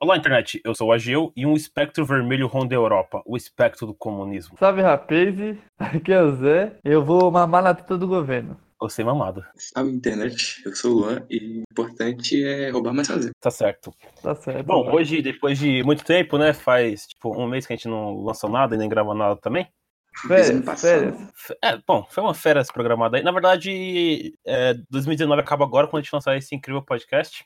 Olá, internet. Eu sou o Ageu e um espectro vermelho ronda a Europa, o espectro do comunismo. Salve rapazes, aqui é o Zé. Eu vou mamar na teta do governo. Eu sei mamado. Salve internet, eu sou o Luan e o importante é roubar mais fazer. Tá certo. Tá certo. Bom, vai. hoje, depois de muito tempo, né? Faz tipo um mês que a gente não lançou nada e nem grava nada também. Ano Férias, passado. férias. F- É, bom, foi uma férias programada aí. Na verdade, é, 2019 acaba agora quando a gente lançar esse incrível podcast.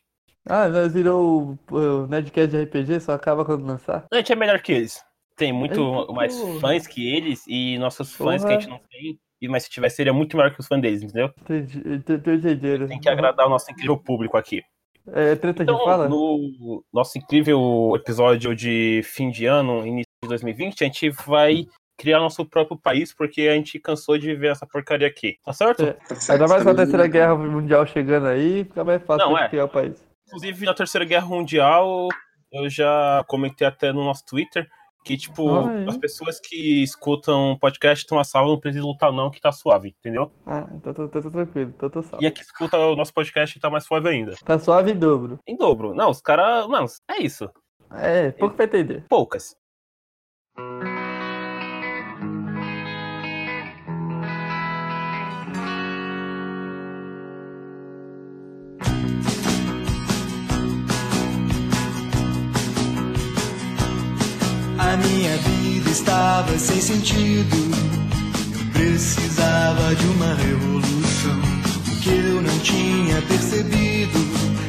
Ah, nós virou o, o Nerdcast de RPG, só acaba quando lançar? A gente é melhor que eles. Tem muito Ai, mais porra. fãs que eles e nossos fãs que a Porra. gente não tem. E, mas se tivesse, seria muito maior que os fãs deles, entendeu? Entendi, entendi, entendi. Tem que agradar o nosso incrível público aqui. É treta de Então, fala? no nosso incrível episódio de fim de ano, início de 2020, a gente Hum. vai criar nosso próprio país porque a gente cansou de viver essa porcaria aqui, tá certo? É. Tá certo, Ainda mais com tá a Terceira mesmo. Guerra Mundial chegando aí, fica mais fácil Não, pra é. criar o país. Inclusive, na Terceira Guerra Mundial, eu já comentei até no nosso Twitter que, tipo, Ah, é? as pessoas que escutam podcast estão a salvo, não precisa lutar não, que tá suave, entendeu? Ah, então tô, tô- tô tranquilo, então tô salvo. E a que escuta o nosso podcast tá mais suave ainda. Tá suave em dobro. Em dobro. Não, os caras... Mano, é isso. É, pouco pra entender. Poucas. A minha vida estava sem sentido. Eu precisava de uma revolução. O que eu não tinha percebido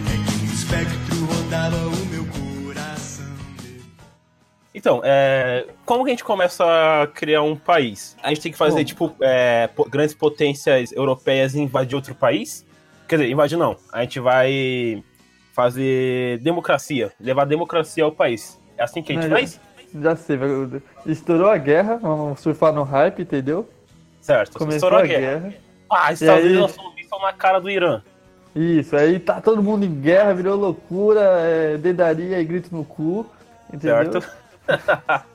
é que um espectro rodava o meu coração. Então, é, como que a gente começa a criar um país? A gente tem que fazer, Como? tipo, é, po- grandes potências europeias e invadir outro país? Quer dizer, invadir não. A gente vai fazer democracia, levar a democracia ao país. É assim que a gente Não, faz? Já sei, vai- estourou a guerra, vamos surfar no hype, entendeu? Certo. Começou Estourou a guerra. Ah, os E Estados aí? Unidos lançou um míssil na cara do Irã. Isso, aí tá todo mundo em guerra, virou loucura, é, dedaria e grito no cu, entendeu? Tá Certo?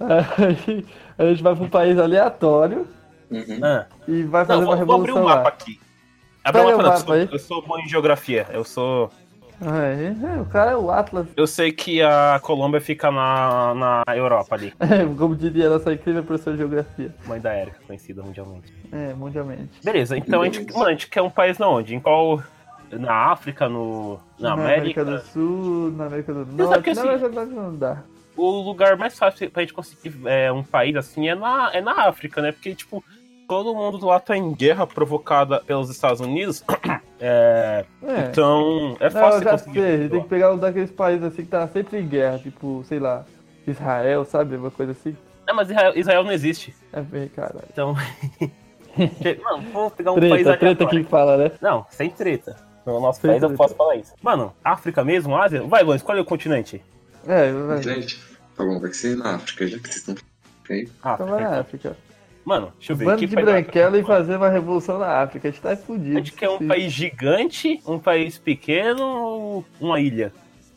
Aí a gente vai pra um país aleatório Uhum. Ah. e vai fazer Não, uma vou, vou abrir revolução um mapa lá. aqui. Abre um mapa, Pega o não, mapa desculpa, aí. eu sou bom em geografia. Eu sou. Aí, é, o cara é o Atlas, Eu sei que a Colômbia fica na, na Europa ali. como diria a nossa incrível professora de geografia, Mãe da Érica, conhecida mundialmente. é, mundialmente. Beleza, então a gente, Beleza. mano, a gente quer um país na onde? Em qual. Na África, no, na América. do Sul, na América do sabe Norte, que na assim- América do Norte não dá. O lugar mais fácil pra gente conseguir é, um país assim é na, é na África, né? Porque, tipo, todo mundo lá tá em guerra provocada pelos Estados Unidos. É, É. Então, é Não, fácil eu já conseguir. sei, a gente tem que pegar um daqueles países assim que tá sempre em guerra, tipo, sei lá, Israel, sabe? Uma coisa assim. Ah, mas Israel, Israel não existe. É bem, caralho. Então. Mano, vou pegar um país Treta, treta aleatório. que fala, né? Não, sem treta. No nosso Sem país eu treta. posso falar isso. Mano, África mesmo, Ásia? Vai, Luan, escolhe o continente. É, vai. Gente, tá bom, vai ser na África, já que vocês estão. Ok. Então vai África. na África. Mano, deixa eu ver. Bando que de país da África? branquela e fazer uma revolução na África. A gente tá fudido. A gente quer um Sim. país gigante, um país pequeno ou uma ilha?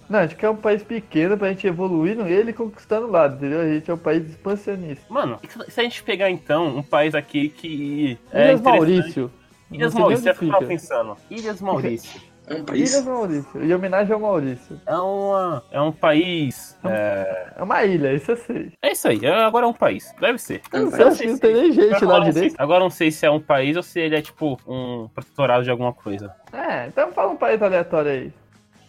Não, a gente quer um país pequeno pra gente evoluir no ele e conquistando lá, entendeu? A gente é um país expansionista. Mano, e se- se a gente pegar então um país aqui que. É Ilhas interessante- Maurício. Ilhas Não Maurício, sei é o nem que eu onde tava fica. pensando. Ilhas Maurício. É um país. Ilhas Maurício. Em homenagem ao Maurício. É, uma, é um país. É... É uma ilha, isso eu sei. é isso aí, é- agora é um país. Deve ser. É um Você país. sei acha que não se- tem nem gente lá agora, não sei, direito? agora não sei se é um país ou se ele é tipo um protetorado de alguma coisa. É, então fala um país aleatório aí.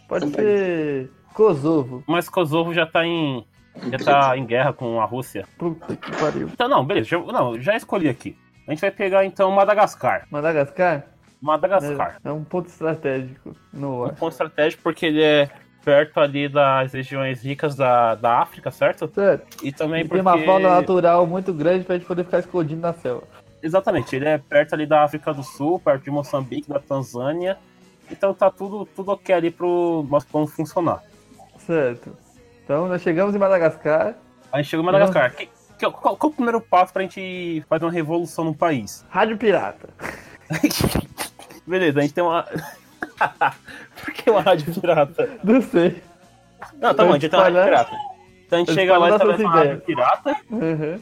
Pode Um ser Kosovo. Mas Kosovo já tá em. Um já país. tá em guerra com a Rússia. Puta que pariu. Então não, beleza, já, não, já escolhi aqui. A gente vai pegar então Madagascar. Madagascar? Madagascar. É, é um ponto estratégico no um ar. ponto estratégico porque ele é perto ali das regiões ricas da, da África, certo? Certo. E também E porque... tem uma fauna natural muito grande pra gente poder ficar escondido na selva. Exatamente, ele é perto ali da África do Sul, perto de Moçambique, da Tanzânia. Então tá tudo, tudo ok ali pro nosso plano funcionar. Certo. Então nós chegamos em Madagascar. Aí chega em Madagascar. Uhum. Que, que- qual, qual é o primeiro passo pra gente fazer uma revolução no país? Rádio Pirata. Beleza, a gente tem uma... Por que uma rádio pirata? Não sei. Não, tá bom, a gente tem uma rádio pirata. Então a gente Eles chega lá e falam estabelece dessas uma rádio ideias. pirata. Uhum.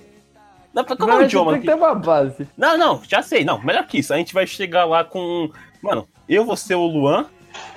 Não, Como é é Mas o a gente idioma tem que ter uma base. Não, não, já sei. Não, melhor que isso. A gente vai chegar lá com. Mano, eu um- vou ser o Luan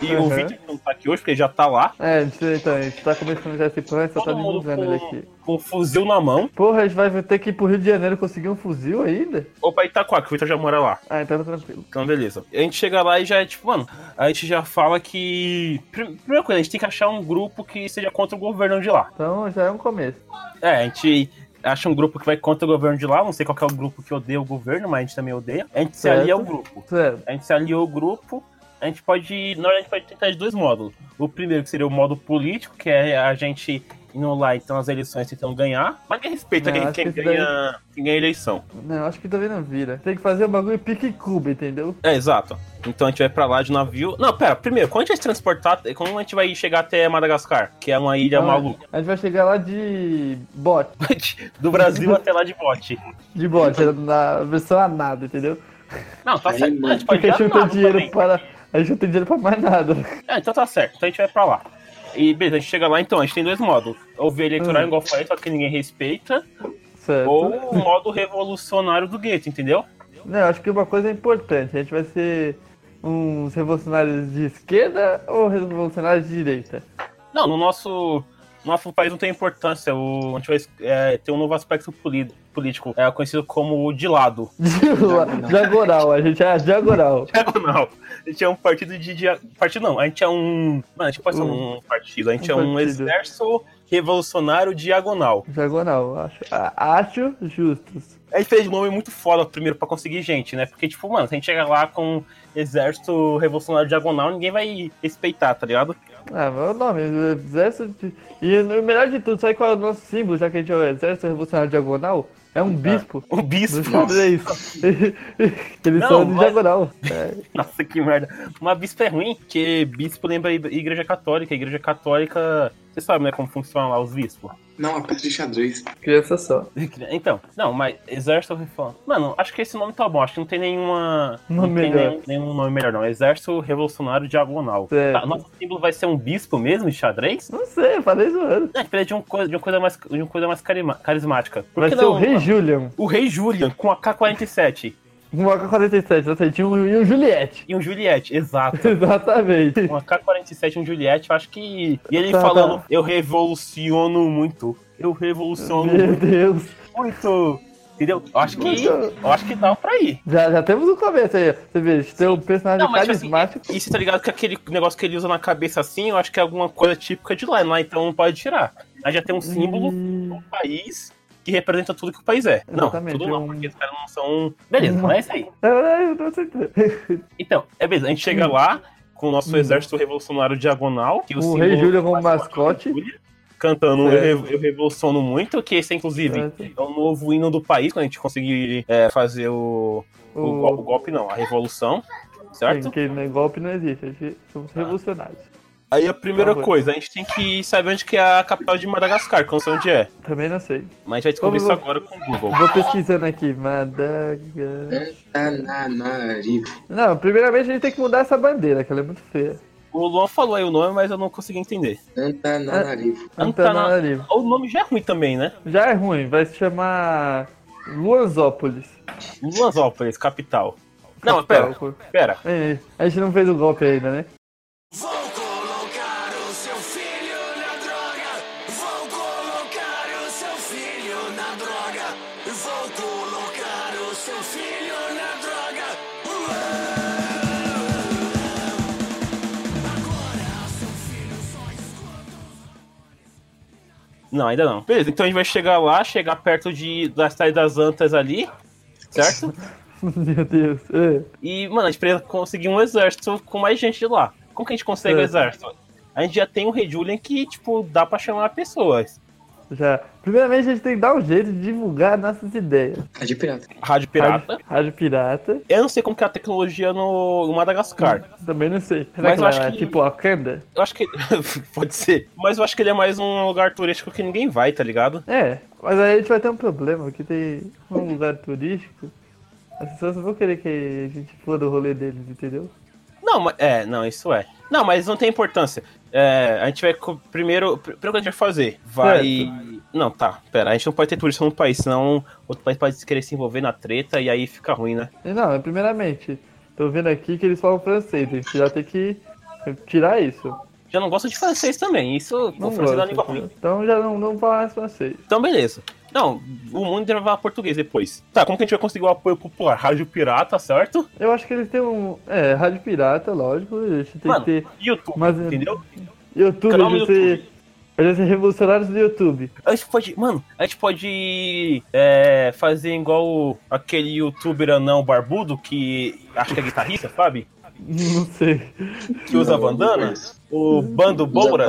E Uhum. o Vitor não tá aqui hoje, porque ele já tá lá, É, então, a gente tá começando já esse plano, só tá Todo mundo divulgando ele aqui. com o fuzil na mão. Porra, a gente vai ter que ir pro Rio de Janeiro conseguir um fuzil ainda? Opa, Itaquá, que o Vitor já mora lá. Ah, então tá tranquilo. Então, beleza. A gente chega lá e já é tipo, mano, a gente já fala que. Prim- Primeira coisa, a gente tem que achar um grupo que seja contra o governo de lá. Então já é um começo. É, a gente acha um grupo que vai contra o governo de lá, não sei qual que é o grupo que odeia o governo, mas a gente também odeia. A gente se Certo. alia ao grupo. Certo. A gente se aliou ao grupo, a gente pode. Na verdade, a gente pode tentar de dois módulos. O primeiro, que seria o modo político, que é a gente indo lá, então as eleições tentando ganhar. Mas que respeito a Não, quem, acho quem que isso ganha, quem ganha a eleição. Não, acho que também não vira. Tem que fazer o bagulho pique cuba, entendeu? É, exato. Então a gente vai pra lá de navio. Não, pera, primeiro, quando a gente vai se transportar, como a gente vai chegar até Madagascar, que é uma ilha Não, maluca? Então, A gente vai chegar lá de bote. Do Brasil até lá de bote. De bote, na versão a nada, entendeu? Não, tá Aí, certo. mano, A gente pode Porque a ir a gente não tem nado dinheiro também. para. A gente não tem dinheiro pra mais nada. Ah, então tá certo. Então a gente vai pra lá. E beleza, a gente chega lá então, a gente tem dois modos. Ou ver eleitoral Hum. igual eu falei, só que ninguém respeita. Certo. Ou o modo revolucionário do gueto, entendeu? Não, eu acho que uma coisa é importante. A gente vai ser uns revolucionários de esquerda ou revolucionários de direita? Não, no nosso. Nosso país não tem importância. O, a gente vai é, ter um novo aspecto poli- político, é conhecido como o de lado. Diagonal. diagonal, a gente é a diagonal. diagonal. A gente é um partido de. dia- Partido não, a gente é um. Mano, a gente pode ser um partido. A gente Um é um partido. exército revolucionário diagonal. Diagonal, acho. a- Acho justos. A gente fez um nome muito foda primeiro pra conseguir gente, né? Porque, tipo, mano, se a gente chegar lá com exército revolucionário diagonal, ninguém vai respeitar, tá ligado? Ah, mas é o nome, o exército. de- E o melhor de tudo, sabe qual é o nosso símbolo, já que a gente é o exército revolucionário diagonal? É um bispo. O bispo. Do xadrez. Eles Não, são de mas- diagonal. É, Nossa, que merda. Uma bispo é ruim, porque bispo lembra a igreja católica. A igreja católica. Você sabe, né, como funciona lá os bispos. Não, apenas de xadrez. criança só. Então, não, mas Exército Revolucionário. Mano, acho que esse nome tá bom, acho que não tem nenhuma. Nome não tem melhor. nenhum, nenhum nome melhor, não. Exército Revolucionário Diagonal. Certo. Tá, nosso símbolo vai ser um bispo mesmo de xadrez? Não sei, falei zoando. Não, a gente precisa de, um coisa, de uma coisa mais, de uma coisa mais carima- carismática. Por Vai que ser o não- Rei Julian, O Rei Julian com a K-47 um AK-47, não sei, tinha um, e um Juliette. e um Juliette, exato. Exatamente. Uma K-47 e um Juliette, eu acho que. E ele Tá, falando, tá. eu revoluciono muito. Eu revoluciono Meu Deus. muito. Entendeu? Eu acho que. Uhum. Eu acho que dá pra ir. Já, já temos um começo aí. ó. Você vê, a gente tem um personagem Não, mas, tipo assim, carismático. E você tá ligado que aquele negócio que ele usa na cabeça assim, eu acho que é alguma coisa típica de lá, lá então não pode tirar. Aí já tem um símbolo Hum, do país que representa tudo que o país é. Não, Exatamente, tudo não, um- porque os caras não são. Beleza, mas é isso aí. é, é, eu tô aceitando. Então, é beleza, a gente chega lá com o nosso exército revolucionário diagonal, que o, Uhum. O Rei símbolo Júlio como faz uma mascote. patrulha, Cantando eu, Certo. Revo- eu Revoluciono Muito, que esse, inclusive, Certo. é o novo hino do país, quando a gente conseguir é, fazer o, o... gol- o golpe, não, a revolução, certo? Sim, que nem golpe não existe, a gente somos revolucionários. Aí a primeira Tá bom. coisa, a gente tem que saber onde que é a capital de Madagascar, que eu não sei onde é. Também não sei. Mas a gente vai descobrir isso Vamos- agora com o Google. Vou pesquisando aqui. Madagascar. Antananarivo. Não, primeiramente a gente tem que mudar essa bandeira, que ela é muito feia. O Luan falou aí o nome, mas eu não consegui entender. Ah, tá Antananarivo. Antananarivo. O nome já é ruim também, né? Já é ruim, vai se chamar Luanzópolis. Luanzópolis, capital. Não, mas pera, pera. É, A gente não fez o golpe ainda, né? Vou colocar o seu filho na droga. Vou colocar o seu filho na droga. Vou colocar o seu filho na droga. Uau! Agora seu filho só escuta. Não, ainda não. Beleza, então a gente vai chegar lá, chegar perto de, da cidade das Antas ali, certo? Meu Deus. é. E, mano, a gente precisa conseguir um exército com mais gente de lá. Como que a gente consegue o É. exército? A gente já tem um Rei Julian que, tipo, dá pra chamar pessoas. Já. Primeiramente a gente tem que dar um jeito de divulgar nossas ideias. Tá de pirata. Rádio Pirata. Rádio, Rádio Pirata. Eu não sei como que é a tecnologia no no Madagascar. Também não sei. Será Mas que eu ela acho é que- tipo Wakanda? Eu acho que. Pode ser. Mas eu acho que ele é mais um lugar turístico que ninguém vai, tá ligado? É, mas aí a gente vai ter um problema, porque tem um lugar turístico. As pessoas não vão querer que a gente for do rolê deles, entendeu? Não, mas. É, não, isso é. Não, mas não tem importância. É, a gente vai. co- Primeiro. pr- Primeiro que a gente vai fazer. Vai. Não, tá. Pera, a gente não pode ter turista num país, senão outro país pode querer se envolver na treta e aí fica ruim, né? é E Não, primeiramente, tô vendo aqui que eles falam francês, a gente já tem que Tirar isso. Já não gosto de francês também, isso Não o francês é uma língua gosto. ruim. Então já não, não fala mais francês. Então, beleza. Não, o mundo inteiro vai falar português depois. Tá, como que a gente vai conseguir o apoio popular? Rádio Pirata, certo? Eu acho que eles têm um. É, rádio pirata, lógico. A gente tem Mano, que ter YouTube, Mas- é, entendeu? YouTube, canal a no gente tem. A gente tem revolucionários do YouTube. A gente pode, mano, a gente pode é, fazer igual o- aquele youtuber anão barbudo que acho que é guitarrista, sabe? Não sei. Que usa bandana. O Bando Boura.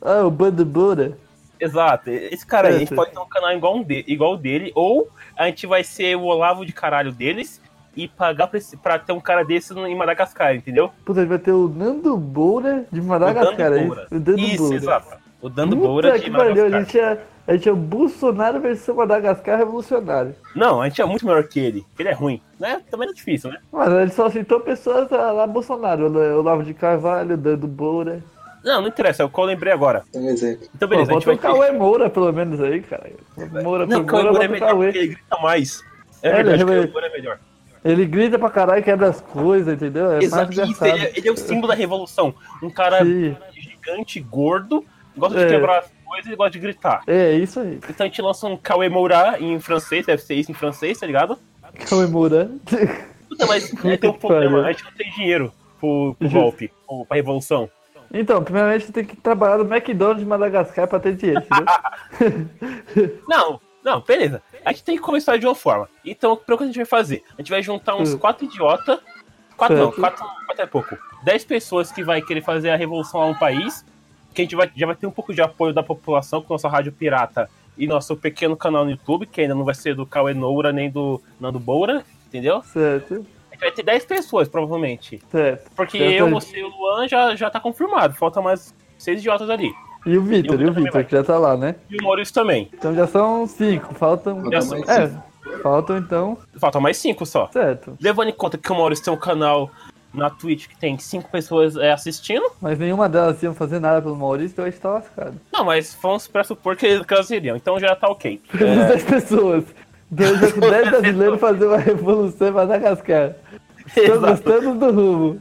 Ah, o Bando Bora. Exato. Esse cara aí, a gente Certo. pode ter um canal igual, um de, igual o dele, ou a gente vai ser o Olavo de caralho deles e pagar pra, esse- pra ter um cara desse no- em Madagascar, entendeu? Puta, ele vai ter o Nando Boura de Dando Madagascar. é Boura. isso? O Dando Isso, Boura. exato. O Dando Puta Boura de que valeu, a Madagascar. gente é, a gente é o Bolsonaro versão Madagascar revolucionário. Não, a gente é muito melhor que ele. Ele é ruim. Né? Também não é difícil, né? Mas ele só citou pessoas ah, lá Bolsonaro, o Lavo de Carvalho, Dando Boura. Não, não interessa, é o que eu lembrei agora. Um exemplo. Então, Pô, beleza, a gente vai bota o Cauê Moura, pelo menos aí, cara. Moura, Não, não, o Cauê Moura, Moura é bota o melhor, porque Cauê. ele grita mais. É, É, verdade, ele o Cauê revela- Moura é melhor. Ele grita pra caralho, quebra as coisas, entendeu? É Exato, mais isso, ele, engraçado. é- ele é o símbolo da revolução. Um cara Sim. gigante, gordo, gosta de É. quebrar as coisas e gosta de gritar. É, é isso aí. Então a gente lança um Cauê Moura em francês, deve ser isso em francês, tá ligado? Cauê Moura. Puta, mas Puta tem um que problema, pariu. a gente não tem dinheiro pro, pro Justo. golpe, pro- pra revolução. Então, primeiramente tem que trabalhar no McDonald's de Madagascar pra ter dinheiro, entendeu? Não, não, beleza. A gente tem que começar de uma forma. Então, pelo que a gente vai fazer? A gente vai juntar uns Hum. quatro idiota. Quatro não, Certo. quatro, quatro é pouco. Dez pessoas que vai querer fazer a revolução lá no país. Que a gente vai, já vai ter um pouco de apoio da população com nossa rádio pirata e nosso pequeno canal no YouTube, que ainda não vai ser do Cauê Noura nem do Nando Boura, entendeu? certo, A gente vai ter 10 pessoas, provavelmente. certo. Porque Certo. eu, você e o Luan já, já tá confirmado. Falta mais seis idiotas ali. E o Vitor, E e o o Vitor também Vitor, que já tá lá, né? E o Maurício também. Então já são cinco, faltam. Já Outra são- mais É, simples. faltam então. Falta mais cinco só. Certo. Levando em conta que o Maurício tem um canal na Twitch que tem cinco pessoas é, assistindo. Mas nenhuma delas iam fazer nada pelo Maurício, então a gente tá lascado. Não, mas vamos pressupor que elas iriam. Então já tá ok. Temos 10 pessoas. Dois, dez brasileiros fazer uma revolução em Madagascar. Estão É, Exato. gostando do rumo.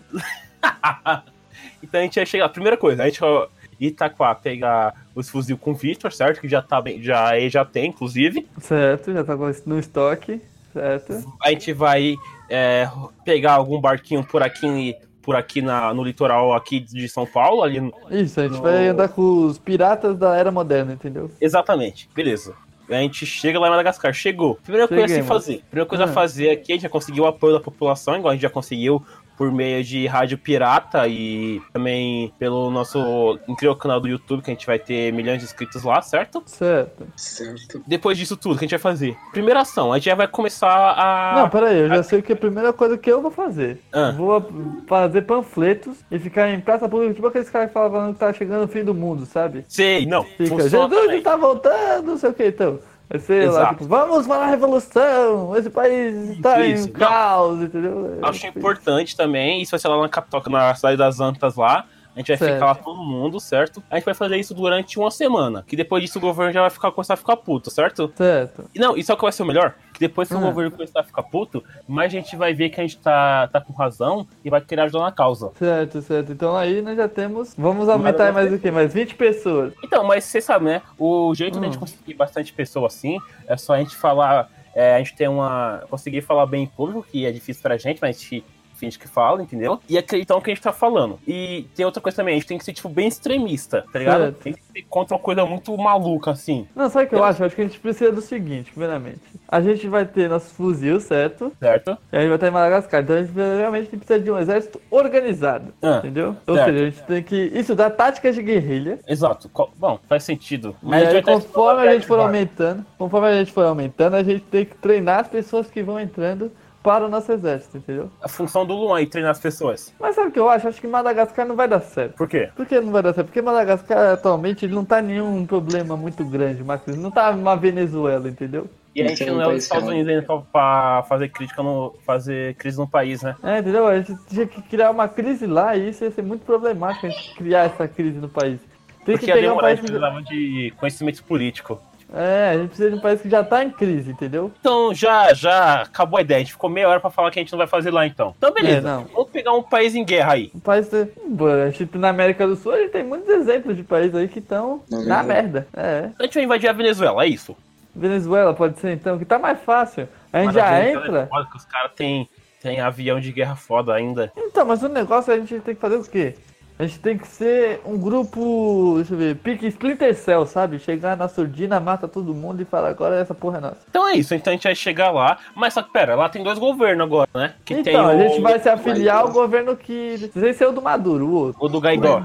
Então a gente ia chegar. Primeira coisa, a gente ia Itaquá pegar os fuzil com o Victor, certo? Que já tá bem. Já, ele já tem, inclusive. Certo, já tá com isso no estoque. Certo. A gente vai é, pegar algum barquinho por aqui. Por aqui na, no litoral aqui de São Paulo, ali no- Isso, a gente No- vai andar com os piratas da era moderna, entendeu? Exatamente, beleza. A gente chega lá em Madagascar, chegou. Primeira coisa a se Cheguei, mano. fazer. Primeira coisa a Ah. fazer aqui, a gente já conseguiu o apoio da população, igual a gente já conseguiu por meio de rádio pirata e também pelo nosso incrível canal do YouTube, que a gente vai ter milhões de inscritos lá, certo? Certo. Certo. Depois disso tudo, o que a gente vai fazer? Primeira ação, a gente já vai começar a. Não, peraí, eu já sei que a primeira coisa que eu vou fazer. Ah. Vou ap- fazer panfletos e ficar em praça pública, tipo aqueles caras que falavam que tá chegando o fim do mundo, sabe? Sei, não. Fica, funciona Jesus também. está voltando, não sei o que então. Aí sei lá, Exato. tipo, vamos para a revolução, esse país está isso. em Não. caos, entendeu? Acho importante também, isso vai ser lá na capital, na cidade das Antas lá. A gente vai Certo. ficar lá todo mundo, certo? A gente vai fazer isso durante uma semana. Que depois disso o governo já vai ficar, começar a ficar puto, certo? Certo. E não, isso é o que vai ser o melhor. Que depois que o Hum. governo começar a ficar puto, mais gente vai ver que a gente tá, tá com razão e vai querer ajudar na causa. Certo, certo. Então aí nós já temos. Vamos aumentar Maravilha. mais o quê? Mais 20 pessoas. Então, mas você sabe, né? O jeito da gente Hum. conseguir bastante pessoa assim é só a gente falar. é, a gente tem uma. conseguir falar bem em público, que é difícil pra gente, mas a gente finge que fala, entendeu? E acreditar no que a gente tá falando. E tem outra coisa também, a gente tem que ser, tipo, bem extremista, tá ligado? Certo. Tem que ser contra uma coisa muito maluca, assim, Não, sabe o que eu Eu- acho? Eu acho que a gente precisa do seguinte, primeiramente. A gente vai ter nossos fuzil, certo? certo? E a gente vai estar em Madagascar. Então a gente realmente precisa de um exército organizado. Ah, entendeu? Ou certo. seja, a gente tem que estudar táticas de guerrilha. Exato. Co- Bom, faz sentido. Mas vai aí, ter que conforme a gente for ativar. aumentando, conforme a gente for aumentando, a gente tem que treinar as pessoas que vão entrando para o nosso exército, entendeu? A função do Luan é treinar as pessoas. Mas sabe o que eu acho? Acho que Madagascar não vai dar certo. Por quê? Por que não vai dar certo? Porque Madagascar atualmente ele não tá em nenhum problema muito grande, Max. Ele não tá uma Venezuela, entendeu? E a Não gente tem não um é os país Estados que- Unidos ainda pra- pra fazer crítica no. fazer crise no país, né? É, entendeu? A gente tinha que criar uma crise lá e isso ia ser muito problemático a gente criar essa crise no país. Tem Porque que a pegar um Demorais país. precisava de conhecimento político. Tipo, É, a gente precisa de um país que já tá em crise, entendeu? Então já, já acabou a ideia. A gente ficou meia hora pra falar que a gente não vai fazer lá então. Então beleza. É, não. Vamos pegar um país em guerra aí. Um país. que- Pô, a gente na América do Sul a gente tem muitos exemplos de países aí que estão Na na merda. merda. É. A gente vai invadir a Venezuela, é isso. Venezuela pode ser então, que tá mais fácil. A gente Mas já Venezuela entra. É foda, que os caras têm tem avião de guerra foda ainda. Então, mas o negócio é a gente tem que fazer o quê? A gente tem que ser um grupo, deixa eu ver, pique Splinter Cell, sabe? Chegar na surdina, mata todo mundo e fala, agora essa porra é nossa. Então é isso, então a gente vai chegar lá. Mas só que pera, lá tem dois governos agora, né? Que tem então, a gente o, vai se afiliar ao Guaidó. governo que... Sem ser é o do Maduro, o outro. o do Gaidó.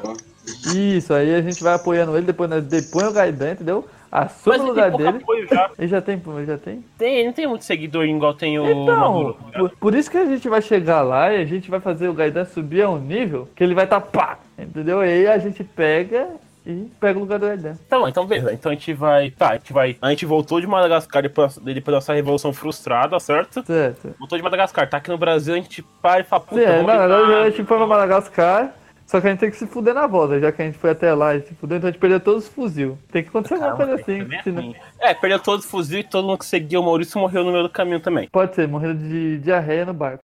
Isso, aí a gente vai apoiando ele, depois nós depõe o Gaidã, entendeu? Assume Mas ele o tem lugar pouco dele. apoio já. Ele já tem, ele já tem? Tem, não tem muito seguidor igual tem o Então, Maduro. por, por isso que a gente vai chegar lá e a gente vai fazer o Gaidan subir a um nível que ele vai estar pá, entendeu? E aí a gente pega e pega o lugar do Gaidan. Tá bom, então beleza. Então a gente vai. Tá, a gente vai. A gente voltou de Madagascar depois, depois dessa revolução frustrada, certo? Certo. Voltou de Madagascar, tá aqui no Brasil, a gente para e fala, puta, é, na vamos né?" verdade lá. a gente foi pra Madagascar, só que a gente tem que se fuder na volta, já que a gente foi até lá e se fudeu, então a gente perdeu todos os fuzil. Tem que acontecer alguma coisa Caramba, assim. também é senão- ruim. É, perdeu todos os fuzil e todo mundo que seguiu o Maurício morreu no meio do caminho também. Pode ser, morrendo de diarreia no barco.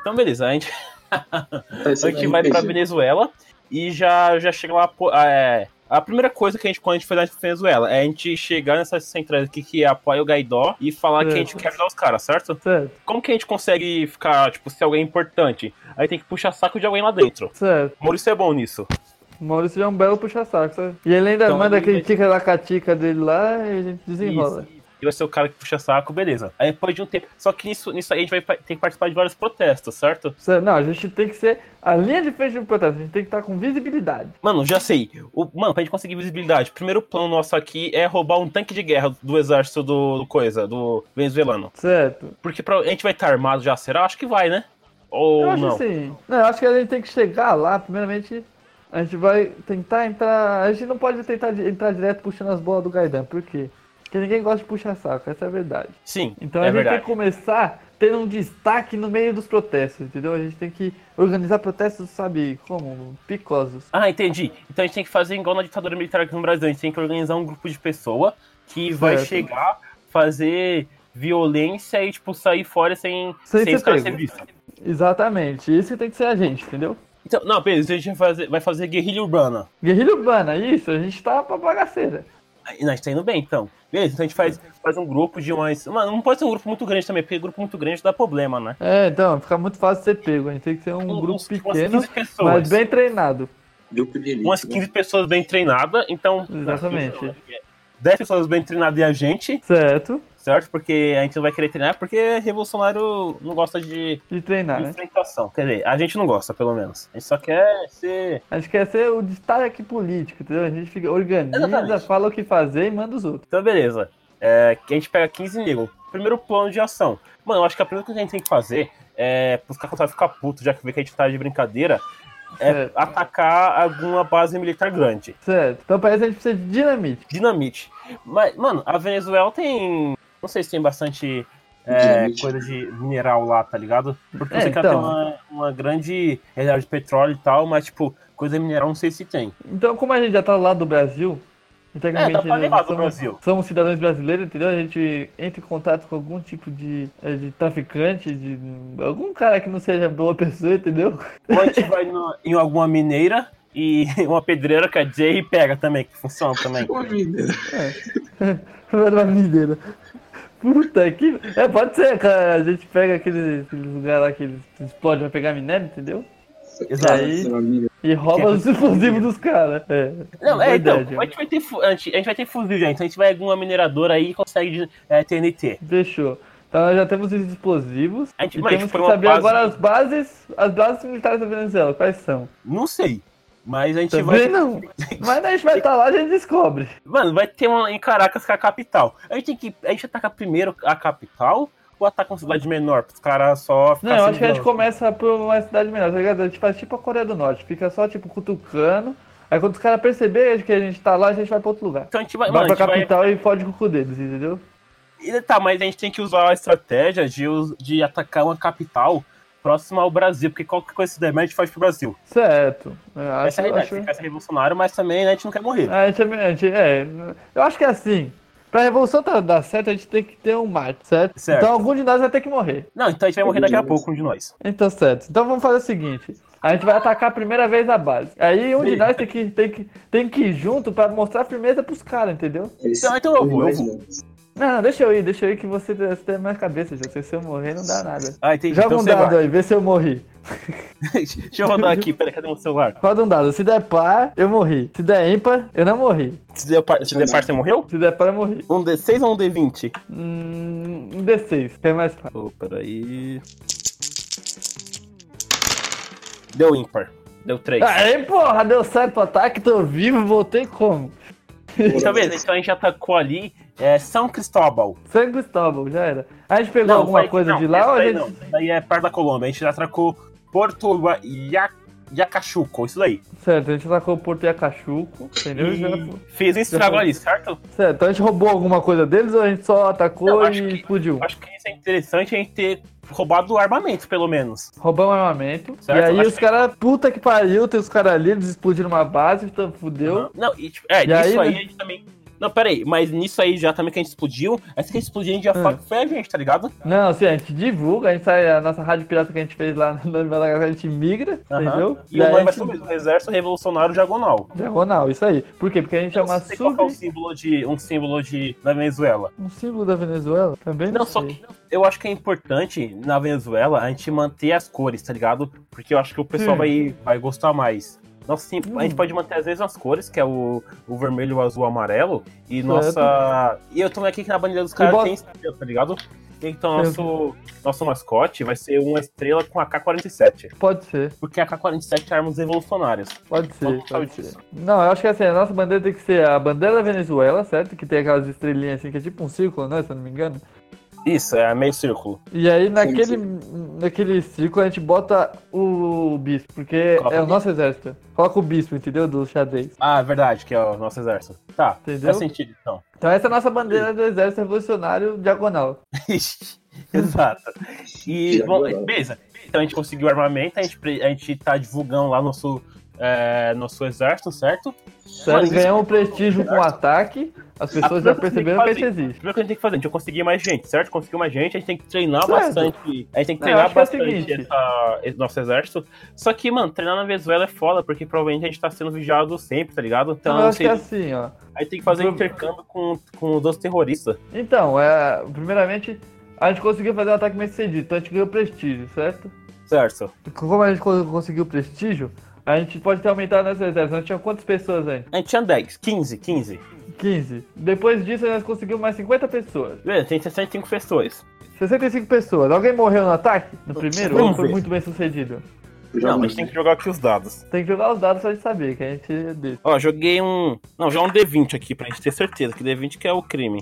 Então beleza, a gente, Tá, isso a é gente vai pra RPG. Venezuela e já, já chega lá. pô, É, a primeira coisa que a gente, quando a gente foi lá na Venezuela, é a gente chegar nessas centrais aqui que apoia o Gaidó e falar É. que a gente quer ajudar os caras, certo? Tá Certo, Como que a gente consegue ficar, tipo, ser alguém importante? Aí tem que puxar saco de alguém lá dentro. tá certo. O Maurício é bom nisso. O Maurício já é um belo puxa-saco, sabe? E ele ainda Então, manda ele aquele vai- tica da catica dele lá e a gente desenrola. Isso. E vai ser o cara que puxa saco, beleza. Aí depois de um tempo. Só que nisso, nisso aí a gente vai pa- ter que participar de vários protestos, certo? Sério, Tá Não, a gente tem que ser a linha de frente do protesto, a gente tem que estar com visibilidade. Mano, já sei. O, mano, pra gente conseguir visibilidade, o primeiro plano nosso aqui é roubar um tanque de guerra do exército do, do coisa, do venezuelano. tá Certo. Porque pra- a gente vai estar armado já, será? Acho que vai, né? Ou eu acho não? assim. Não, eu acho que a gente tem que chegar lá, primeiramente. A gente vai tentar entrar. A gente não pode tentar de- entrar direto puxando as bolas do Gaidan, por quê? Porque ninguém gosta de puxar saco, essa é a verdade. Sim, Então a é gente verdade. tem que começar tendo um destaque no meio dos protestos, entendeu? A gente tem que organizar protestos, sabe, como? Picosos. Ah, entendi. Então a gente tem que fazer igual na ditadura militar aqui no Brasil. A gente tem que organizar um grupo de pessoa que vai Certo. chegar, fazer violência e, tipo, sair fora sem, Sem sem ser os caras pego. serem vistos. Exatamente, isso que tem que ser a gente, entendeu? Então, não, beleza, a gente vai fazer, vai fazer guerrilha urbana. Guerrilha urbana, isso, a gente tá pra bagaceira. Aí, Nós tá indo bem, então. Beleza, então a gente faz, faz um grupo de umas. Mano, não pode ser um grupo muito grande também, porque grupo muito grande dá problema, né? É, então, fica muito fácil ser pego. A gente tem que ser um grupo Uns- pequeno, umas 15 pessoas. mas bem treinado. Grupo de elite. Umas né? 15 pessoas bem treinadas, então. Exatamente. 10 pessoas bem treinadas e a gente, Certo? certo? Porque a gente não vai querer treinar, porque revolucionário não gosta de De treinar, né? enfrentação. Quer dizer, a gente não gosta, pelo menos. A gente só quer ser. A gente quer ser o destaque político, entendeu? A gente fica, organiza, Exatamente. fala o que fazer e manda os outros. Então, beleza. É, que a gente pega 15 negros. Primeiro plano de ação. Mano, eu acho que a primeira coisa que a gente tem que fazer é. Os caras começaram a ficar putos, já que vê que a gente tá de brincadeira. É Certo. atacar alguma base militar grande. Certo. Então parece que a gente precisa de dinamite. Dinamite. Mas, mano, a Venezuela tem. Não sei se tem bastante. é, Dinamite. coisa de mineral lá, tá ligado? Porque É, eu sei que então. ela tem uma, uma grande reserva de petróleo e tal, mas, tipo, coisa de mineral não sei se tem. Então, como a gente já tá lá do Brasil, e tecnicamente É, dá pra nós levar do somos- Brasil. somos cidadãos brasileiros, entendeu? A gente entra em contato com algum tipo de, eh, de traficante, de algum cara que não seja boa pessoa, entendeu? Ou a gente vai no- em alguma mineira e uma pedreira que a Jay pega também, que funciona também. É Uma mineira. Era uma mineira. Puta que. É, pode ser, cara. A gente pega aquele, aquele lugar lá que eles explodem pra pegar minério, entendeu? Exato. Aí- É Uma mineira. E rouba os explosivos dos caras. É. Não, é, então, Verdade, a gente vai ter, fu- a gente, a gente vai ter fuzil já, então a gente vai em alguma mineradora aí e consegue é, TNT. Fechou. Então nós já temos os explosivos. A gente- e mas temos foi que uma saber base- agora as bases. As bases militares da Venezuela, quais são? Não sei. Mas a gente Também vai. não. Mas a gente vai estar lá e a gente descobre. Tá Mano, vai ter uma em Caracas que é a capital. A gente tem que. A gente ataca primeiro a capital ou tipo ataca uma cidade menor, pros caras só Não, eu acho que a gente segurando. começa por uma cidade menor, tá ligado? A gente faz tipo a Coreia do Norte, fica só tipo cutucando. Aí quando os caras perceberem que a gente tá lá, a gente vai pra outro lugar. Então a gente vai. vai mano, a pra gente vai- capital e fode com o cu deles, entendeu? E Tá, mas a gente tem que usar a estratégia de, us- de atacar uma capital próxima ao Brasil, porque qualquer coisa que se der, merda, a gente faz pro Brasil. Certo. Eu acho- Essa é a realidade, acho- tem que ser revolucionário, mas também né, a gente não quer morrer. A gente, a gente- é, eu acho que é assim. Pra revolução tá- dar certo, a gente tem que ter um mate, certo? Certo. Então algum de nós vai ter que morrer. Não, então a gente vai morrer daqui a pouco, um de nós. Então, certo. Então vamos fazer o seguinte. A gente vai atacar a primeira vez a base. Aí um de Sim. nós tem que, tem, que, tem que ir junto pra mostrar firmeza pros caras, entendeu? Esse é um Então, então eu vou, eu mais vou. menos. Não, não, deixa eu ir, deixa eu ir que você, você tem mais cabeça, já. Se eu morrer, não dá nada. Ah, entendi. Joga então um você dado vai. aí, vê se eu morri. Deixa eu rodar aqui, peraí, cadê meu celular? Roda um dado. Se der par, eu morri. Se der ímpar, eu não morri. Se der par, se der par você morreu? Se der par, eu morri. Um D6 ou um D20? Hum, um D6, tem mais par. Ô, peraí. Deu ímpar. Deu 3. Aí, porra, deu certo o ataque, tô vivo, voltei como? Tá vendo? Então a gente atacou ali é, São Cristóbal. San Cristóbal, já era. A gente pegou alguma foi- coisa não, de lá esse ou a daí gente... não. Esse daí é perto da Colômbia. A gente atracou Porto Ua- Ia- Iacachuco, isso daí. Certo, a gente sacou Porto Iacachuco, entendeu? Já foi. E fez um estrago ali, certo? Certo, então a gente roubou alguma coisa deles ou a gente só atacou Não, acho e que- explodiu? Acho que isso é interessante a gente ter roubado o armamento, pelo menos. Roubamos armamento. Certo, e aí acho os que- caras, puta que pariu, tem os caras ali, eles explodiram uma base, então fudeu. Aham. Não, e, tipo, é, E aí, nisso aí, né? a gente também. Não, peraí, mas nisso aí já também que a gente explodiu, essa que a gente explodiu a gente já Ah. fala que foi a gente, tá ligado? Não, assim, a gente divulga, a gente sai, a nossa rádio pirata que a gente fez lá no Madagascar, a gente migra, entendeu? Aham. E é o aí nome vai a gente- ser o mesmo, um Exército Revolucionário Diagonal. Diagonal, isso aí. Por quê? Porque a gente é Eu uma não sei qual que é o sub... símbolo de um símbolo de da Venezuela. Um símbolo da Venezuela? Também não, Não, só sei. que eu acho que é importante na Venezuela a gente manter as cores, tá ligado? Porque eu acho que o pessoal Sim. vai, vai gostar mais. Nós sim, Hum. a gente pode manter às vezes as cores, que é o, o vermelho, o azul, o amarelo. E Certo. nossa. E eu tô aqui que na bandeira dos caras bota- tem estrela, tá ligado? Então nosso, nosso mascote vai ser uma estrela com AK-47. Pode ser. Porque a AK-47 é armas revolucionárias. Pode ser, Vamos pode falar disso. ser. Não, eu acho que assim, a nossa bandeira tem que ser a bandeira da Venezuela, certo? Que tem aquelas estrelinhas assim, que é tipo um círculo, né? Se eu não me engano. Isso, é meio círculo. E aí naquele, sim. naquele círculo a gente bota o bispo, porque Coloca é o o nosso exército. Coloca o bispo, entendeu? Do xadrez. Ah, é verdade, que é o nosso exército. Tá, Entendeu? faz sentido então. Então essa é a nossa bandeira do exército revolucionário diagonal. Exato. E, Já bom, viu, beleza. Então a gente conseguiu armamento, a gente, pre- a gente tá divulgando lá nosso, é, nosso exército, certo? Mano, Certo? isso- é Ganhamos um prestígio com o ataque, as pessoas primeira coisa que tem já que perceberam que isso fazer. existe. Primeiro que a gente tem que fazer, a gente vai conseguir mais gente, certo? Conseguiu mais gente, a gente tem que treinar Certo. bastante. A gente tem que Não, eu treinar acho que é o bastante seguinte. essa- esse nosso exército. Só que, mano, treinar na Venezuela é foda, porque provavelmente a gente tá sendo vigiado sempre, tá ligado? Então, Então eu acho que é assim, assim, ó. aí tem que fazer um intercâmbio com, com os terroristas. Então, é, primeiramente, a gente conseguiu fazer um ataque bem sucedido, então a gente ganhou prestígio, certo? Certo. Como a gente co- conseguiu prestígio, a gente pode ter aumentado nossas reservas. Nós tinha quantas pessoas antes? A gente tinha 10, 15, 15. 15. Depois disso, nós conseguimos mais 50 pessoas. Beleza, tem 65 pessoas. 65 pessoas. Alguém morreu no ataque? No primeiro? Vamos Ou foi ver. muito bem sucedido? Já Não, não, mas tem que jogar aqui os dados. Tem que jogar os dados pra gente saber que a gente é desse. Ó, joguei um. Não, já um D20 aqui, pra gente ter certeza que D20 que é o crime.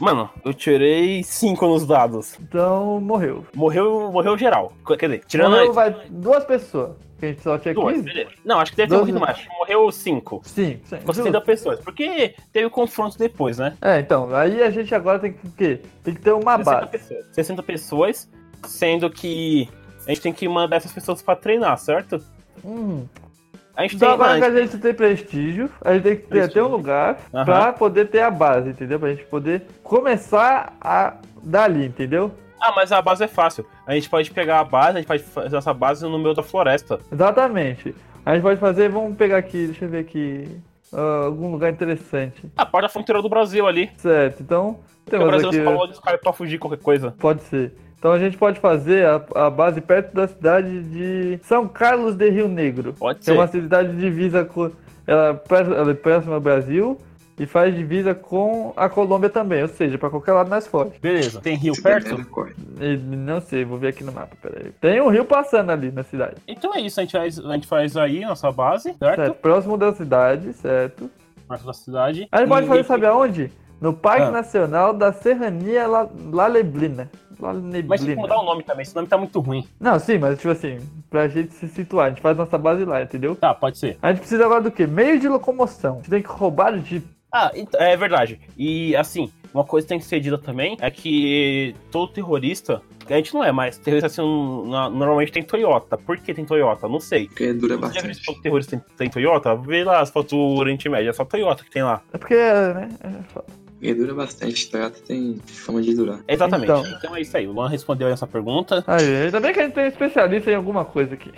Mano, eu tirei 5 nos dados. Então, morreu. Morreu, morreu geral. Quer dizer, tirando. morreu vai duas pessoas. Que a gente só tinha duas, 15? beleza. Não, acho que deve ter Doze. morrido mais. Acho que Morreu 5. Sim. sim. Você justo. ainda pessoas. Porque teve o confronto depois, né? É, então, aí a gente agora tem que o quê? Tem que ter uma 60 Tá base. pessoas. 60 pessoas, sendo que a gente tem que mandar essas pessoas pra treinar, certo? Hum. A gente Então tem. agora que mano, a gente tem prestígio, a gente tem que ter Prestígio. até um lugar Aham. pra poder ter a base, entendeu? Pra gente poder começar a dali, entendeu? Ah, mas a base é fácil. A gente pode pegar a base, a gente pode fazer essa base no meio da floresta. Exatamente. A gente pode fazer, vamos pegar aqui, deixa eu ver aqui, ah, algum lugar interessante. Ah, A parte da fronteira do Brasil ali. Certo, então Porque o temos Brasil aqui, se falou dos caras pra fugir de qualquer coisa. pode ser. Então a gente pode fazer a, a base perto da cidade de São Carlos de Rio Negro. Pode Que é uma cidade divisa com. Ela, é pró- ela é próxima ao Brasil e faz divisa com a Colômbia também. Ou seja, pra qualquer lado nós foge. Beleza. Tem rio perto? Corre. E não sei, vou ver aqui no mapa, peraí. Tem um rio passando ali na cidade. Então é isso, a gente faz, a gente faz aí nossa base, certo? Certo? Próximo da cidade, certo? Perto da cidade. A gente pode E- fazer, sabe aonde? No Parque Ah. Nacional da Serrania La, La Leblina. La Neblina. Mas tipo- tem que mudar o nome também, esse nome tá muito ruim. Não, sim, mas tipo assim, pra gente se situar, a gente faz nossa base lá, entendeu? Tá, pode ser. A gente precisa agora do quê? Meio de locomoção. A gente tem que roubar o Jeep. Ah, ent- é verdade. E assim, uma coisa que tem que ser dita também é que todo terrorista. A gente não é, mas terrorista assim, um- na- normalmente tem Toyota. Por que tem Toyota? Não sei. Porque dura Você já viu bastante. esse terrorista tem, tem Toyota? Vê lá as fotos do Oriente Médio, é só Toyota que tem lá. É porque, né? é foda. Porque dura bastante. Toyota tem fama de durar. Exatamente. Então. Então, é isso aí. O Luan respondeu essa pergunta. Aí, ainda bem que a gente tem um especialista em alguma coisa aqui.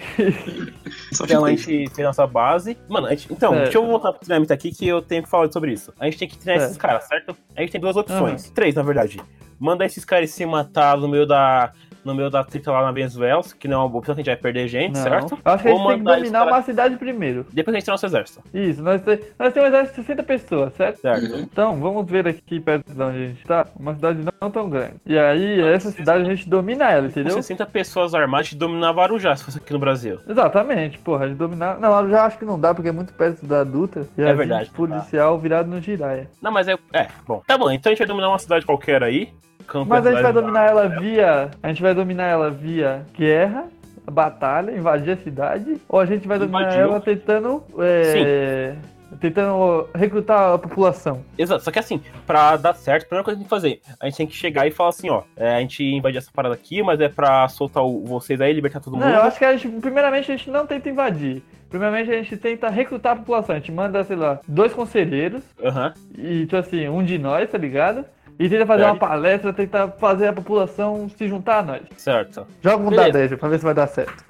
Só Então a chutei. gente fez nossa base. Mano, a gente- então, Certo. deixa eu voltar pro treinamento aqui que eu tenho que falar sobre isso. A gente tem que treinar Certo. esses caras, certo? A gente tem duas opções. Três, na verdade. Manda esses caras se matar no meio da. No meio da treta lá na Venezuela, que não é uma boa opção, que a gente vai perder gente, Não. certo? Eu acho que a Ou gente tem que mandar dominar esse cara- uma cidade primeiro. Depois a gente tem nosso exército, Isso, nós, te- nós temos um exército de 60 pessoas, certo? certo? Uhum. Então, vamos ver aqui perto de onde a gente tá. Uma cidade não tão grande. E aí, essa cidade a gente domina ela, Com entendeu? 60 pessoas armadas, a gente dominava Arujá, se fosse aqui no Brasil. Exatamente, porra, de dominar. Não, eu já acho que não dá, porque é muito perto da Dutra. E É a gente verdade, não dá. policial virado no Jiraya. Não, mas é. É, bom. Tá bom, então a gente vai dominar uma cidade qualquer aí. Campo Mas a gente vai cidade- dominar ela via. A gente vai dominar ela via guerra, batalha, invadir a cidade. Ou a gente vai dominar Invadiu. ela tentando. é, Tentando recrutar a população. Exato, só que assim, pra dar certo, a primeira coisa que a gente tem que fazer, a gente tem que chegar e falar assim, ó, é, a gente invadir essa parada aqui, mas é pra soltar o, vocês aí, libertar todo mundo. Não, eu acho que a gente. Primeiramente a gente não tenta invadir. Primeiramente a gente tenta recrutar a população. A gente manda, sei lá, dois conselheiros. Aham. E, tipo assim, um de nós, tá ligado? E tenta fazer É. uma palestra, tentar fazer a população se juntar a nós. certo. Joga um Beleza. D10 pra ver se vai dar certo.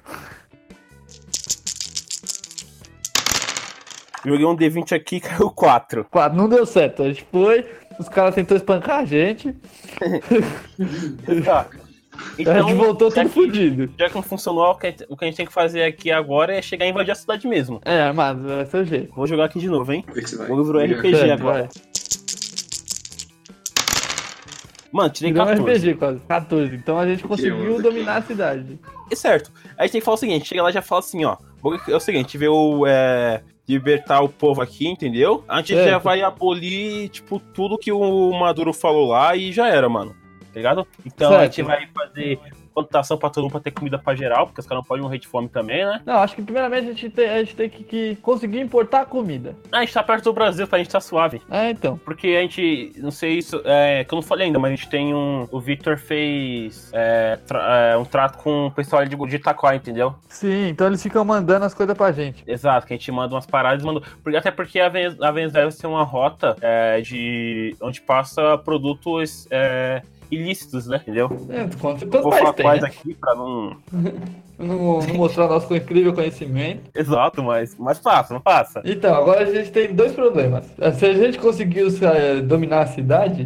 Joguei um D20 aqui, caiu 4. Quatro, não deu certo. A gente foi, os caras tentou espancar a gente, Tá. a gente voltou já tudo que, fudido. Então, já que não funcionou, o que, a gente- o que a gente tem que fazer aqui agora é chegar e invadir a cidade mesmo. É, mas vai ser o jeito. Vou jogar aqui de novo, hein? Vê se vai. Vou virar Melhor. RPG. PG Certo, agora. vai. Mano, tirei Virou um 14. RPG quase. 14. Então a gente conseguiu onda, dominar que a cidade. É certo. Aí a gente tem que falar o seguinte, chega lá e já fala assim, ó. vou- É o seguinte, vê o. É... Libertar o povo aqui, entendeu? A gente já Certo. vai abolir, tipo, tudo que o Maduro falou lá e já era, mano. Tá ligado? Então a Certo. gente vai fazer plantação pra todo mundo pra ter comida pra geral, porque os caras não podem morrer de fome também, né? Não, acho que primeiramente a gente tem, a gente tem que, que conseguir importar a comida. Ah, a gente tá perto do Brasil, pra gente tá suave. Ah, então. Porque a gente, não sei isso, é, que eu não falei ainda, mas a gente tem um. O Victor fez é, tra- é, um trato com o pessoal ali de, de Itaquá, entendeu? Sim, então eles ficam mandando as coisas pra gente. Exato, que a gente manda umas paradas, manda, porque, até porque a Vene- a Venezuela tem uma rota é, de onde passa produtos é, ilícitos, né? Entendeu? É, quanto, Vou falar quais né? aqui pra não. Não, não mostrar nosso incrível conhecimento. Exato, mas, mas passa, não passa. Então, agora a gente tem dois problemas. Se a gente conseguir eh, dominar a cidade,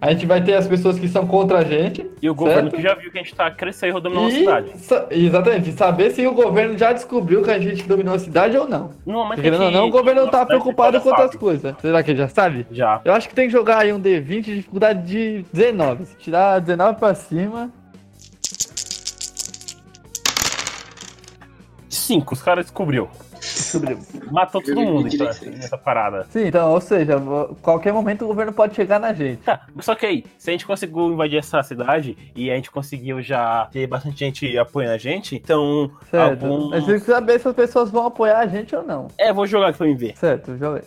a gente vai ter as pessoas que são contra a gente. E o governo certo? que já viu que a gente tá crescendo e dominando a E cidade. sa- Exatamente, saber se o governo já descobriu que a gente dominou a cidade ou não. No momento Porque, em Querendo ou é que- não, o governo tá Nossa, preocupado já com outras sabe. coisas. Será que ele já sabe? Já. Eu acho que tem que jogar aí um D20 de dificuldade de 19. Se tirar 19 pra cima. Cinco, os caras descobriu. Descobriu. é Matou todo mundo Eu então, diria nessa que sim. nessa parada. Sim, então, ou seja, vo- qualquer momento o governo pode chegar na gente. Tá, só que aí, se a gente conseguiu invadir essa cidade e a gente conseguiu já ter bastante gente apoiando a gente, então. Certo. Algum... A gente tem que saber se as pessoas vão apoiar a gente ou não. É, vou jogar aqui pra mim ver. Certo, joguei.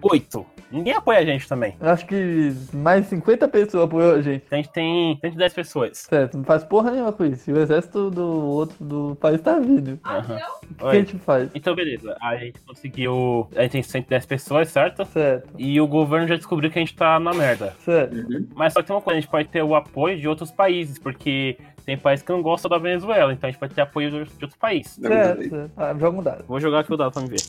Oito. Ninguém apoia a gente também. Eu Acho que mais 50 pessoas apoiou a gente. A gente tem 110 pessoas. Certo, não faz porra nenhuma com isso. E o exército do outro do país tá vindo. O que é? a Oi. gente faz? Então, beleza. A gente conseguiu. A gente tem 110 pessoas, certo? Certo, E o governo já descobriu que a gente tá na merda. certo. Uhum. Mas só que tem uma coisa, a gente pode ter o apoio de outros países, porque tem países que não gostam da Venezuela, então a gente pode ter apoio de outros países. Dá pra Certo, ver. certo. Ah, joga um dado. Vou jogar aqui o dado pra me ver.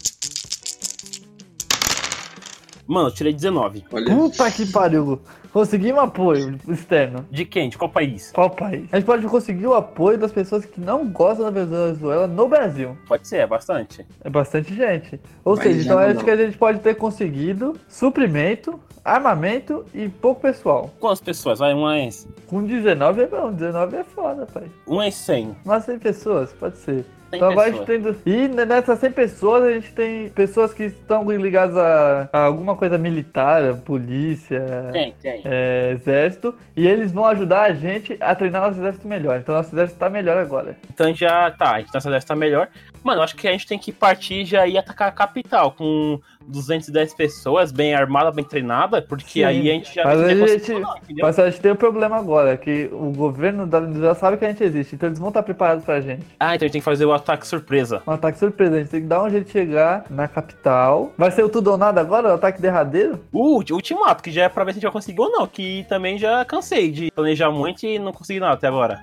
Mano, eu tirei 19. Olha, Puta que pariu. Conseguimos apoio externo. De quem? De qual país? Qual país? A gente pode conseguir o apoio das pessoas que não gostam da Venezuela no Brasil. Pode ser, é bastante. É bastante gente. Ou Mas seja, já então não acho dá. que a gente pode ter conseguido suprimento, armamento e pouco pessoal. Quantas pessoas? Vai, uma em, Com 19 é bom, 19 é foda, pai. uma em 100. Mas 100 pessoas, pode ser. Só vai pessoas. tendo... E nessas 100 pessoas, a gente tem pessoas que estão ligadas a, a alguma coisa militar, polícia, Tem, tem. é, exército, e eles vão ajudar a gente a treinar nosso exército melhor. Então nosso exército tá melhor agora. Então já tá, a gente nossa deve tá melhor. Mano, eu acho que a gente tem que partir já e atacar a capital com 210 pessoas, bem armada, bem treinada, porque Sim, aí a gente já mas vê se a negocia- gente- não, entendeu? Mas a gente tem um problema agora, que o governo da Venezuela sabe que a gente existe, então eles vão estar preparados pra gente. Ah, então a gente tem que fazer o ataque surpresa. Um ataque surpresa, a gente tem que dar um jeito de chegar na capital. Vai ser o tudo ou nada agora, o ataque derradeiro? O ulti- ultimato, que já é pra ver se a gente vai conseguir ou não, que também já cansei de planejar muito e não consegui nada até agora.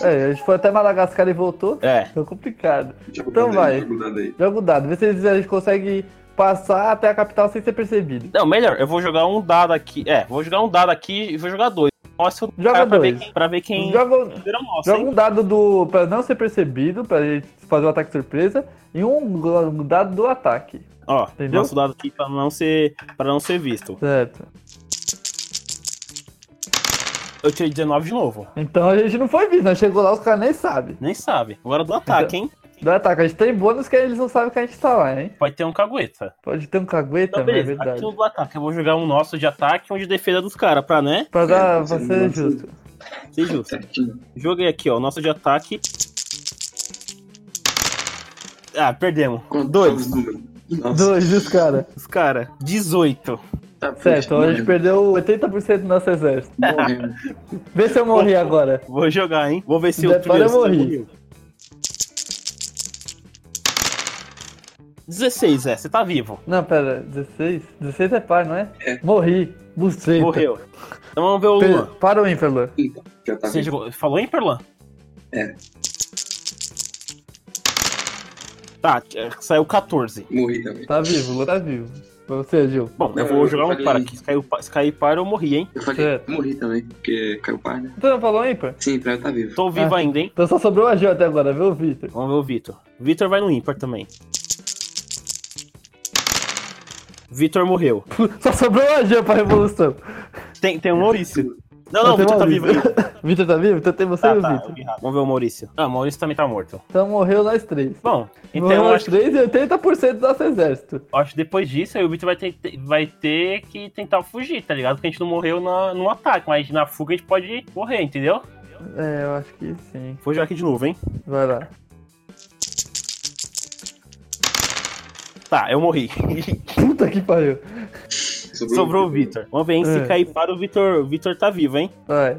É, a gente foi até Madagascar e voltou. É. Então é complicado. Joga o Então dado vai. aí, joga o dado aí. Joga o dado, vê se eles- a gente consegue passar até a capital sem ser percebido. Não, melhor, eu vou jogar um dado aqui. É, vou jogar um dado aqui e vou jogar dois. Nossa, Joga pra ver dois. quem, pra ver quem Joga, Primeiro nosso, joga hein? um dado do para não ser percebido, pra gente fazer o ataque surpresa, e um go- um dado do ataque. Ó, Entendeu? nosso dado aqui pra não ser, pra não ser visto. Certo. Eu tirei 19 de novo. Então a gente não foi visto, nós chegou lá, os caras nem sabem. Nem sabe. Agora do ataque, hein? Do ataque, a gente tem bônus que eles não sabem que a gente tá lá, hein? Pode ter um cagueta. Pode ter um Então, cagueta, mas é beleza. verdade. Aqui no do ataque. Eu vou jogar um nosso de ataque e um de defesa dos caras, pra, né? Pra É, dar, pra você ser não- justo. Ser justo. Certinho. Joguei aqui, ó. o Nosso de ataque. Ah, perdemos. Quanto- Dois. quantos números? Nossa, Dois dos caras. Os caras. 18. tá Certo, então a gente perdeu 80% do nosso exército. né? Morrendo. Vê se eu morri agora. Vou jogar, hein? Vou ver se o Depara, eu morri. morreu. 16, é. Você tá vivo. Não, pera, 16? 16 é par, não é? É. Morri. Buceta. Morreu. Então vamos ver o Pe- Luan. Para o Infralan. Então, já tá Você vivo. jogou- falou em Perlan? É. Tá, é, saiu 14. Morri também. Tá vivo, Luan tá vivo. Pra você, Gil. Bom, eu Não, vou eu jogar um falei- para aqui. Se cair, pa- se cair para, eu morri, hein? Eu falei, Certo. morri também, porque caiu par, né? Tu não falou ímpar? Sim, pra eu tá vivo. Tô vivo Ah. ainda, hein? Então só sobrou a Gil até agora, viu, Vitor? Vamos ver o Vitor. Vitor vai no ímpar também. Vitor morreu. Só sobrou a Gil pra revolução. Tem, tem o Maurício. Não, não, o Vitor tá vivo ainda. Vitor tá vivo? Então tem você e Tá, o tá, eu Vitor. vi errado. Vamos ver o Maurício. Ah, o Maurício também tá morto. Então morreu nós três. Bom, então morreu eu nós acho, três e 80% do nosso exército. acho que depois disso aí o Vitor vai ter, vai ter que tentar fugir, tá ligado? Porque a gente não morreu na, no ataque, mas na fuga a gente pode morrer, entendeu? É, eu acho que sim. Vou jogar aqui de novo, hein? Vai lá. Tá, eu morri. Puta que pariu. um Sobrou o Vitor. Vamos ver, hein? Se É. cair para o Vitor, o Vitor tá vivo, hein? Vai.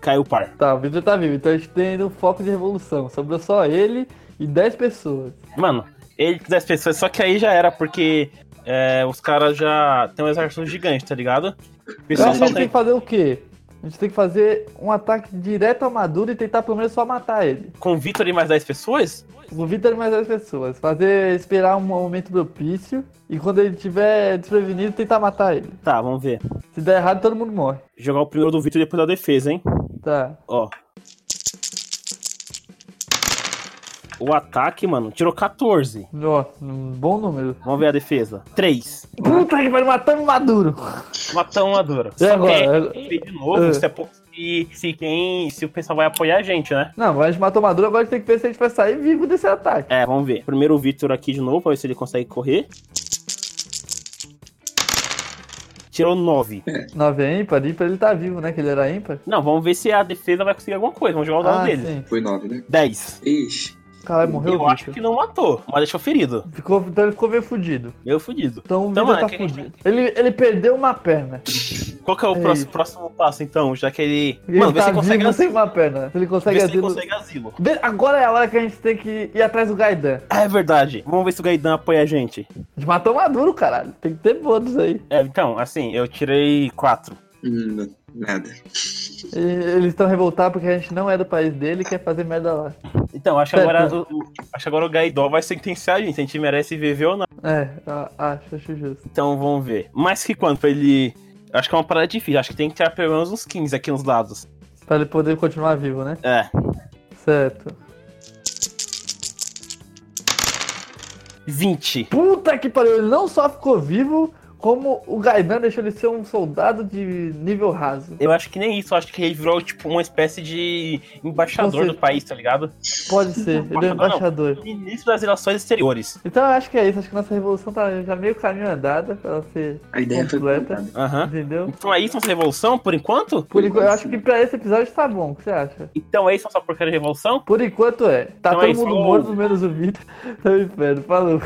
Caiu o par. Tá, o Vitor tá vivo. Então a gente tem ainda um foco de revolução. Sobrou só ele e 10 pessoas. Mano, ele das pessoas, só que aí já era, porque é, os caras já tem um exército gigante, tá ligado? O Eu pessoal acho que a só gente tem tem- que fazer o quê? A gente tem que fazer um ataque direto à Maduro e tentar pelo menos só matar ele. com o Vitor e mais 10 pessoas? O Vitor e mais as pessoas. Fazer esperar um momento propício e quando ele tiver desprevenido, tentar matar ele. Tá, vamos ver. Se der errado, todo mundo morre. Jogar o primeiro do Vitor e depois da defesa, hein? Tá. Ó. O ataque, mano, tirou 14. Nossa, um bom número. Vamos ver a defesa. 3. Puta que vai matar o Maduro. Matão madura. E Só que aí agora? tem que ver de novo, É. se, é po- se, se quem. Se o pessoal vai apoiar a gente, né? Não, mas a gente matou o Maduro, agora a gente tem que ver se a gente vai sair vivo desse ataque. É, vamos ver. Primeiro o Victor aqui de novo, pra ver se ele consegue correr. Tirou 9. Nove é ímpar, ímpar ele tá vivo, né? Que ele era ímpar. Não, vamos ver se a defesa vai conseguir alguma coisa. Vamos jogar o dado dele. Ah, sim. Foi nove, né? 10. Ixi, Caralho, morreu Eu o acho Vitor. que não matou, mas deixou ferido. Ficou, então ele ficou meio fudido. Meio fudido. Então o Então, Vitor mano, tá que- fudido. Ele, ele perdeu uma perna. Qual que é o Ei. próximo, próximo passo, então? Já que ele. Ele Mano, vê tá se ele consegue vivo sem asilo. uma perna. Se ele consegue Vê se ele asilo. consegue asilo. Vê- Agora é a hora que a gente tem que ir atrás do Gaidan. É verdade. Vamos ver se o Gaidan apoia a gente. A gente matou o Maduro, caralho. Tem que ter bônus aí. É, então, assim, eu tirei 4. hum, nada. E eles estão revoltados porque a gente não é do país dele e quer fazer merda lá. Então, acho que Certo. agora, o- o- acho que agora o Gaidó vai sentenciar a gente. A gente merece viver ou não. É, a- acho, acho justo. Então vamos ver. Mais que quanto pra ele. Acho que é uma parada difícil. Acho que tem que ter pelo menos uns 15 aqui nos lados. Pra ele poder continuar vivo, né? É. Certo. 20. Puta que pariu, ele não só ficou vivo, como o Gaidan deixou ele ser um soldado de nível raso. Eu acho que nem isso, eu acho que ele virou, tipo, uma espécie de embaixador Você- do país, tá ligado? Pode ser, ele é um embaixador. Ministro das Relações Exteriores. Então eu acho que é isso, acho que nossa revolução tá já meio caminho andada pra ela ser A ideia foi completa, plantada. Aham. entendeu? Então é isso, nossa revolução, por enquanto? Por enquanto, eu acho que pra esse episódio tá bom, o que você acha? Então é isso, nossa porcaria de revolução? Por enquanto é. Tá Então é todo isso, mundo falou. morto, menos o Vitor. Tá me esperando, falou.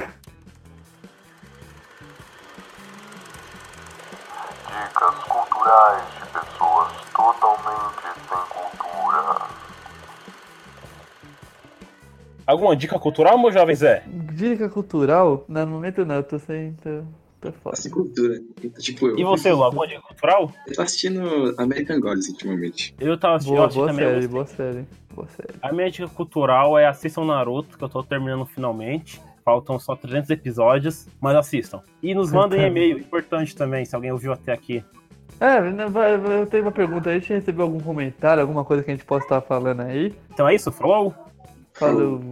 Dicas culturais de pessoas totalmente sem cultura. Alguma dica cultural, meu jovem Zé? Dica cultural? Não, no momento não, eu tô sem. Tô, tô foda. Assim, cultura. Tipo, eu. E você, Lu, alguma dica cultural? Eu tô assistindo American Gods ultimamente. Eu tava assistindo, eu Boa, assisti boa também. eu série, gostei. boa série, boa série. A minha dica cultural é assistam Naruto, que eu tô terminando finalmente. Faltam só 300 episódios, mas assistam. E nos mandem Caramba. e-mail, importante também, se alguém ouviu até aqui. É, né, vai- vai- eu tenho uma pergunta. A gente recebeu algum comentário, alguma coisa que a gente possa estar falando aí? Então é isso, falou! Falou.